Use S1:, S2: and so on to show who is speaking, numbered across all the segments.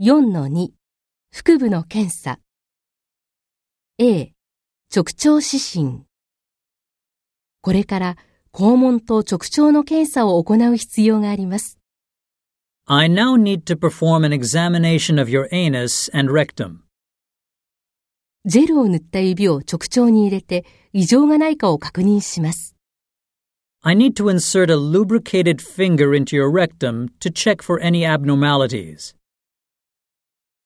S1: 4-2腹部の検査 A 直腸指針これから肛門と直腸の検査を行う必要があります
S2: I now need to perform an examination of your anus and rectum.
S1: ジェルを塗った指を直腸に入れて異常がないかを確認します
S2: I need to insert a lubricated finger into your rectum to check for any abnormalities.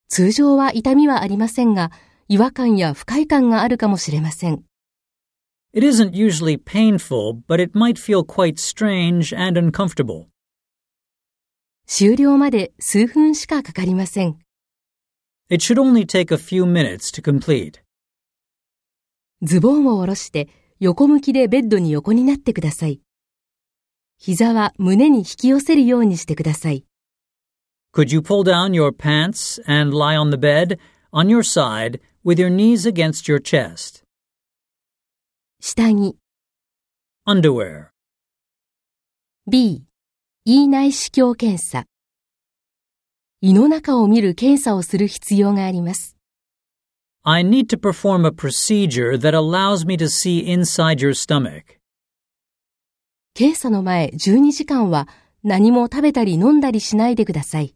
S1: 通常は痛みはありませんが違和感や不快感があるかもしれません
S2: It isn't usually painful, but it might feel quite strange and uncomfortable.
S1: 終了まで数分しかかかりません
S2: It should only take a few minutes to complete.
S1: ズボンを下ろして横向きでベッドに横になってください膝は胸に引き寄せるようにしてください
S2: Could you pull down your pants and lie on the bed, on your side, with your knees against your chest?
S1: 下着
S2: Underwear.
S1: B、胃内視鏡検査。胃の中を見る検査をする必要があります。
S2: I need to perform a procedure that allows me to see inside your stomach.
S1: 検査の前12時間は何も食べたり飲んだりしないでください。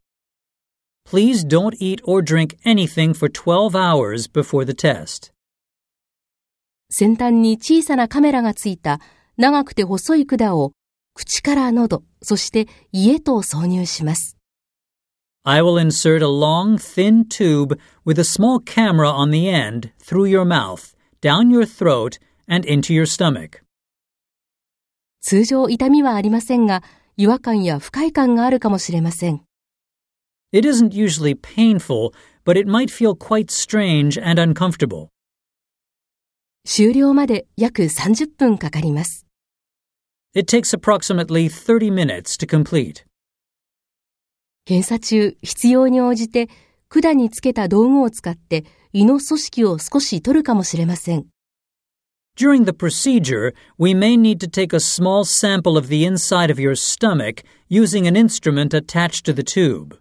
S2: Please don't eat or drink anything for 12 hours before the test.
S1: 先端に小さなカメラがついた長くて細い管を口から喉、そして胃へと挿入します。
S2: I will insert a long, thin tube with a small camera on the end through your mouth, down your throat, and into your stomach.
S1: 通常痛みはありませんが、違和感や不快感があるかもしれません。
S2: It isn't usually painful, but it might feel quite strange and uncomfortable.
S1: 終了まで約30分かかります。
S2: It takes approximately 30 minutes to complete.
S1: 検査中、必要に応じて、管につけた道具を使って胃の組織を少し取るかもしれません。
S2: During the procedure, we may need to take a small sample of the inside of your stomach using an instrument attached to the tube.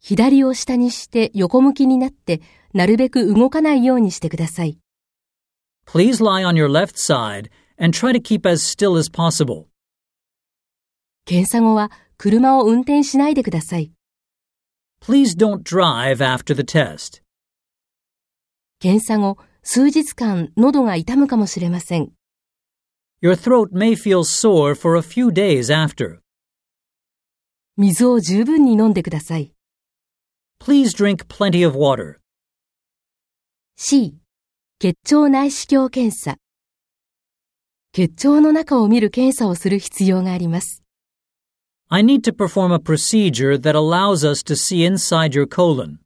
S1: 左を下にして横向きになって、なるべく動かないようにしてください。
S2: Please lie on your left side and try to keep as still as possible.
S1: 検査後は車を運転しないでください。
S2: Please don't drive after the test.
S1: 検査後、数日間喉が痛むかもしれません。
S2: Your throat may feel sore for a few days after.
S1: 水を十分に飲んでください。
S2: Please drink plenty of water.
S1: C、血腸内視鏡検査。血腸の中を見る検査をする必要があります。
S2: I need to perform a procedure that allows us to see inside your colon.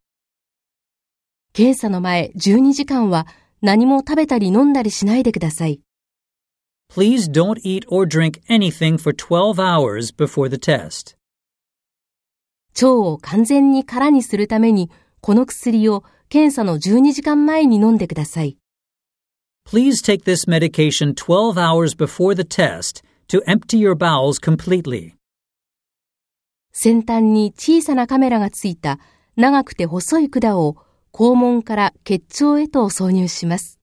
S1: 検査の前12時間は何も食べたり飲んだりしないでください。
S2: Please don't eat or drink anything for 12 hours before the test.
S1: 腸を完全に空にするためにこの薬を検査の12時間前に飲んでください。
S2: Please take this medication 12 hours before the test to empty your bowels completely.
S1: 先端に小さなカメラがついた長くて細い管を肛門から血腸へと挿入します。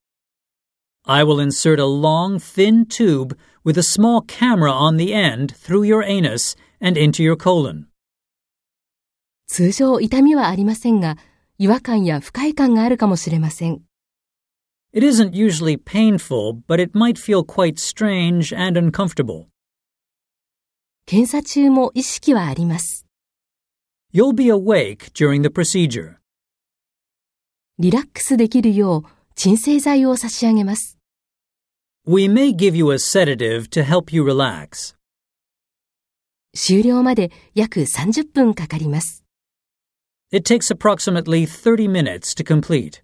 S2: I will insert a long, thin tube with a small camera on the end through your anus and into your colon.
S1: 通常痛みはありませんが、違和感や不快感があるかもしれません。
S2: It isn't usually painful, but it might feel quite strange and uncomfortable.
S1: 検査中も意識はあります。
S2: You'll be awake during the procedure.
S1: リラックスできるよう鎮静剤を差し上げます。
S2: We may give you a sedative to help you relax.
S1: 終了まで約30分かかります。
S2: It takes approximately 30 minutes to complete.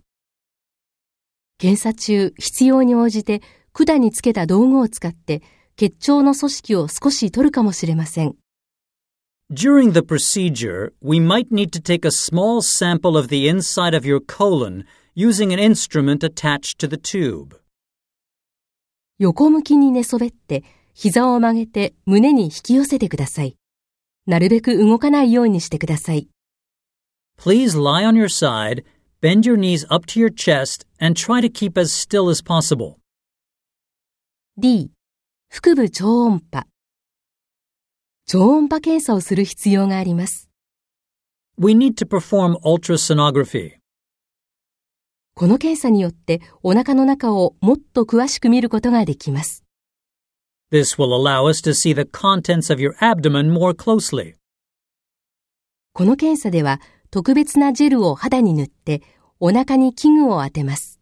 S1: 検査中、必要に応じて管につけた道具を使って血腸の組織を少し取るかもしれません。
S2: During the procedure, we might need to take a small sample of the inside of your colon using an instrument attached to the tube.
S1: 横向きに寝そべって膝を曲げて胸に引き寄せてください。なるべく動かないようにしてください。
S2: Please lie on your side, bend your knees up to your chest, and try to keep as still as possible.
S1: D、腹部超音波。超音波検査をする必要があります。
S2: We need to perform ultrasonography.
S1: この検査によってお腹の中をもっと詳しく見ることができます。
S2: This will allow us to see the contents of your abdomen more closely.
S1: この検査では特別なジェルを肌に塗ってお腹に器具を当てます。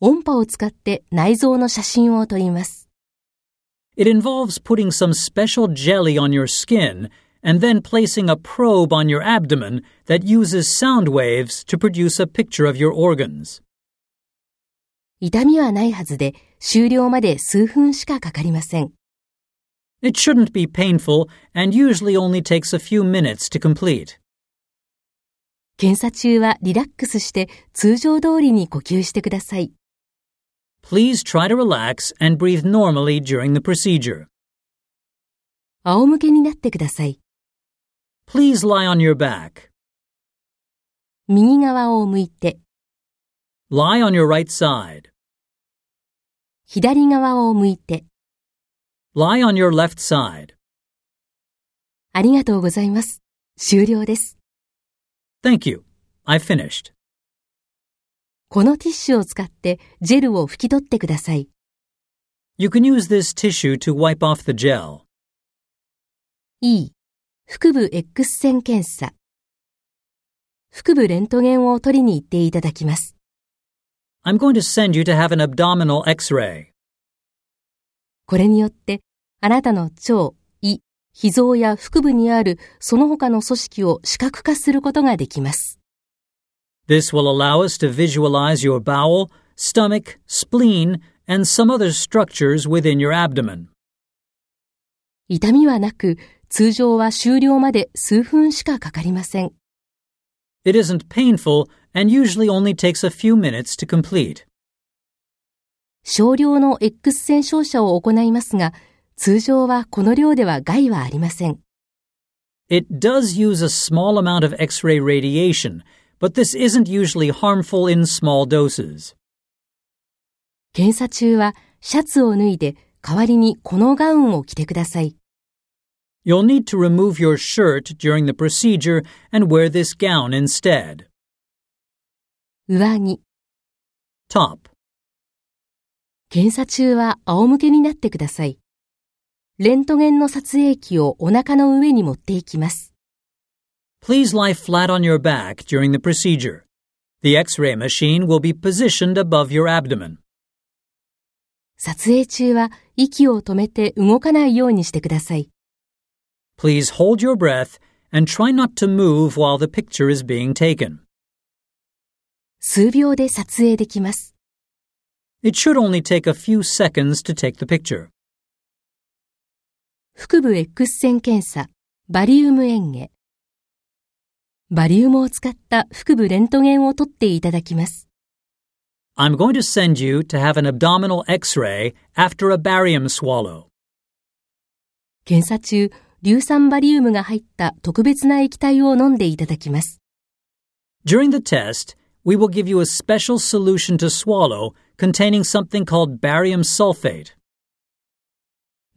S1: 音波を使って内臓の写真を撮ります。
S2: It involves putting some special jelly on your skin and then placing a probe on your abdomen that uses sound waves to produce a picture of your organs.
S1: 痛みはないはずで終了まで数分しかかかりません。
S2: It shouldn't be painful and usually only takes a few minutes to complete.
S1: 検査中はリラックスして通常通りに呼吸してください。
S2: Please try to relax and breathe normally during the procedure.
S1: 仰向けになってください。
S2: Please lie on your back.
S1: 右側を向いて、
S2: Lie on your right side.
S1: 左側を向いて、
S2: Lie on your left side.
S1: ありがとうございます。終了です。
S2: Thank you. I finished.
S1: このティッシュを使ってジェルを拭き取ってください。
S2: You can use this tissue to wipe off the gel.
S1: E、腹部 X 線検査。腹部レントゲンを取りに行っていただきます。
S2: I'm going to send you to have an abdominal x ray.
S1: これによって、あなたの腸、胃、脾臓や腹部にあるその他の組織を視覚化することができます。
S2: This will allow us to visualize your bowel, stomach, spleen, and some other structures within your abdomen.
S1: 痛みはなく、通常は終了まで数分しかかかりません。
S2: It isn't painful and usually only takes a few minutes to complete.
S1: 少量の X 線照射を行いますが、通常はこの量では害はありません。
S2: It does use a small amount of x ray radiation, but this isn't usually harmful in small doses.
S1: 検査中はシャツを脱いで代わりにこのガウンを着てください。
S2: You'll need to remove your shirt during the procedure and wear this gown instead.
S1: 上着。
S2: Top.
S1: 検査中は仰向けになってください。レントゲンの撮影機をお腹の上に持っていきます。
S2: Please lie flat on your back during the procedure. The x ray machine will be positioned above your abdomen.
S1: 撮影中は息を止めて動かないようにしてください。
S2: Please hold your breath and try not to move while the picture is being taken.
S1: 数秒で撮影できます。
S2: It should only take a few seconds to take the picture.
S1: 腹部 X 線検査、バリウム嚥下。バリウムを使った腹部レントゲンを取っていただきます。
S2: I'm going to send you to have an abdominal x ray after a barium swallow.
S1: 検査中、硫酸バリウムが入った特別な液体を飲んでいただきます。
S2: During the test, we will give you a special solution to swallow containing something called barium sulfate.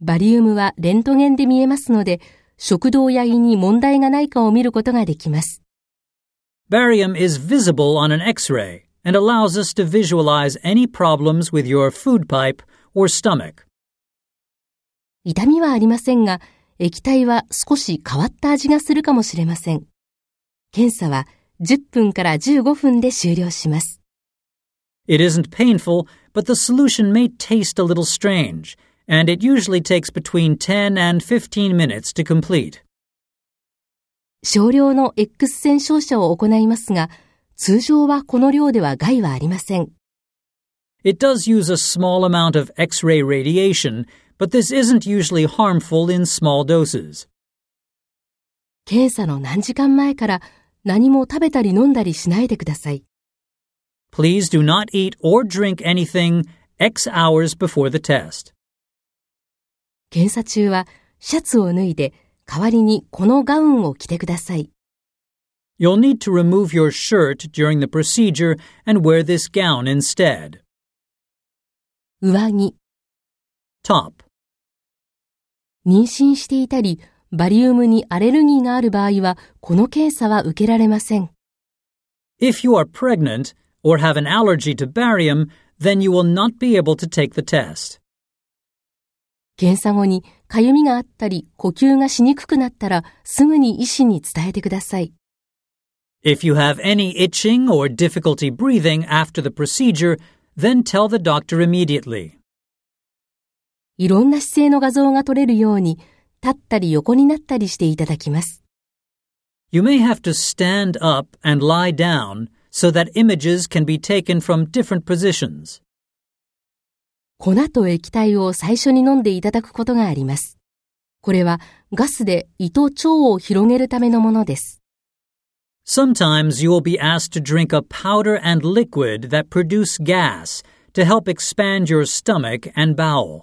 S1: バリウムはレントゲンで見えますので、食道や胃に問題がないかを見ることができます。
S2: Barium is visible on an x ray and allows us to visualize any problems with your food pipe or stomach.
S1: 痛みはありませんが、液体は少し変わった味がするかもしれません。検査は10分から15分で終了します。
S2: It isn't painful, but the solution may taste a little strange, and it usually takes between 10 and 15 minutes to complete.
S1: 少量の X 線照射を行いますが、通常はこの量では害はありません。
S2: It does use a small amount of x ray radiation, but this isn't usually harmful in small doses.
S1: 検査の何時間前から何も食べたり飲んだりしないでください。
S2: Please do not eat or drink anything X hours before the test.
S1: 検査中はシャツを脱いで代わりにこのガウンを着てください。
S2: You'll need to remove your shirt during the procedure and wear this gown instead.
S1: 上着、
S2: Top.
S1: 妊娠していたり、バリウムにアレルギーがある場合は、この検査は受けられません。
S2: If you are pregnant or have an allergy to barium, then you will not be able to take the test.
S1: 検査後に、かゆみがあったり、呼吸がしにくくなったら、すぐに医師に伝えてください。
S2: If you have any itching or difficulty breathing after the procedure, then tell the doctor immediately.
S1: いろんな姿勢の画像が撮れるように、立ったり横になったりしていただきます。
S2: You may have to stand up and lie down so that images can be taken from different positions.
S1: 粉と液体を最初に飲んでいただくことがあります。これは、ガスで胃と腸を広げるためのものです。
S2: Sometimes you will be asked to drink a powder and liquid that produce gas to help expand your stomach and bowel.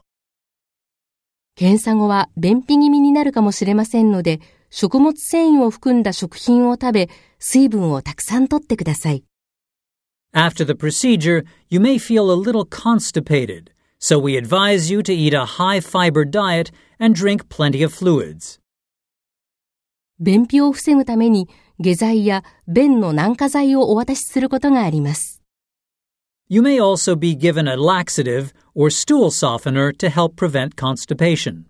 S1: 検査後は便秘気味になるかもしれませんので、食物繊維を含んだ食品を食べ、水分をたくさんとってください。
S2: After the procedure, you may feel a little constipated, so we advise you to eat a high fiber diet and drink plenty of fluids.
S1: 便秘を防ぐために、下剤や便の軟化剤をお渡しすることがあります。
S2: You may also be given a laxative or stool softener to help prevent constipation.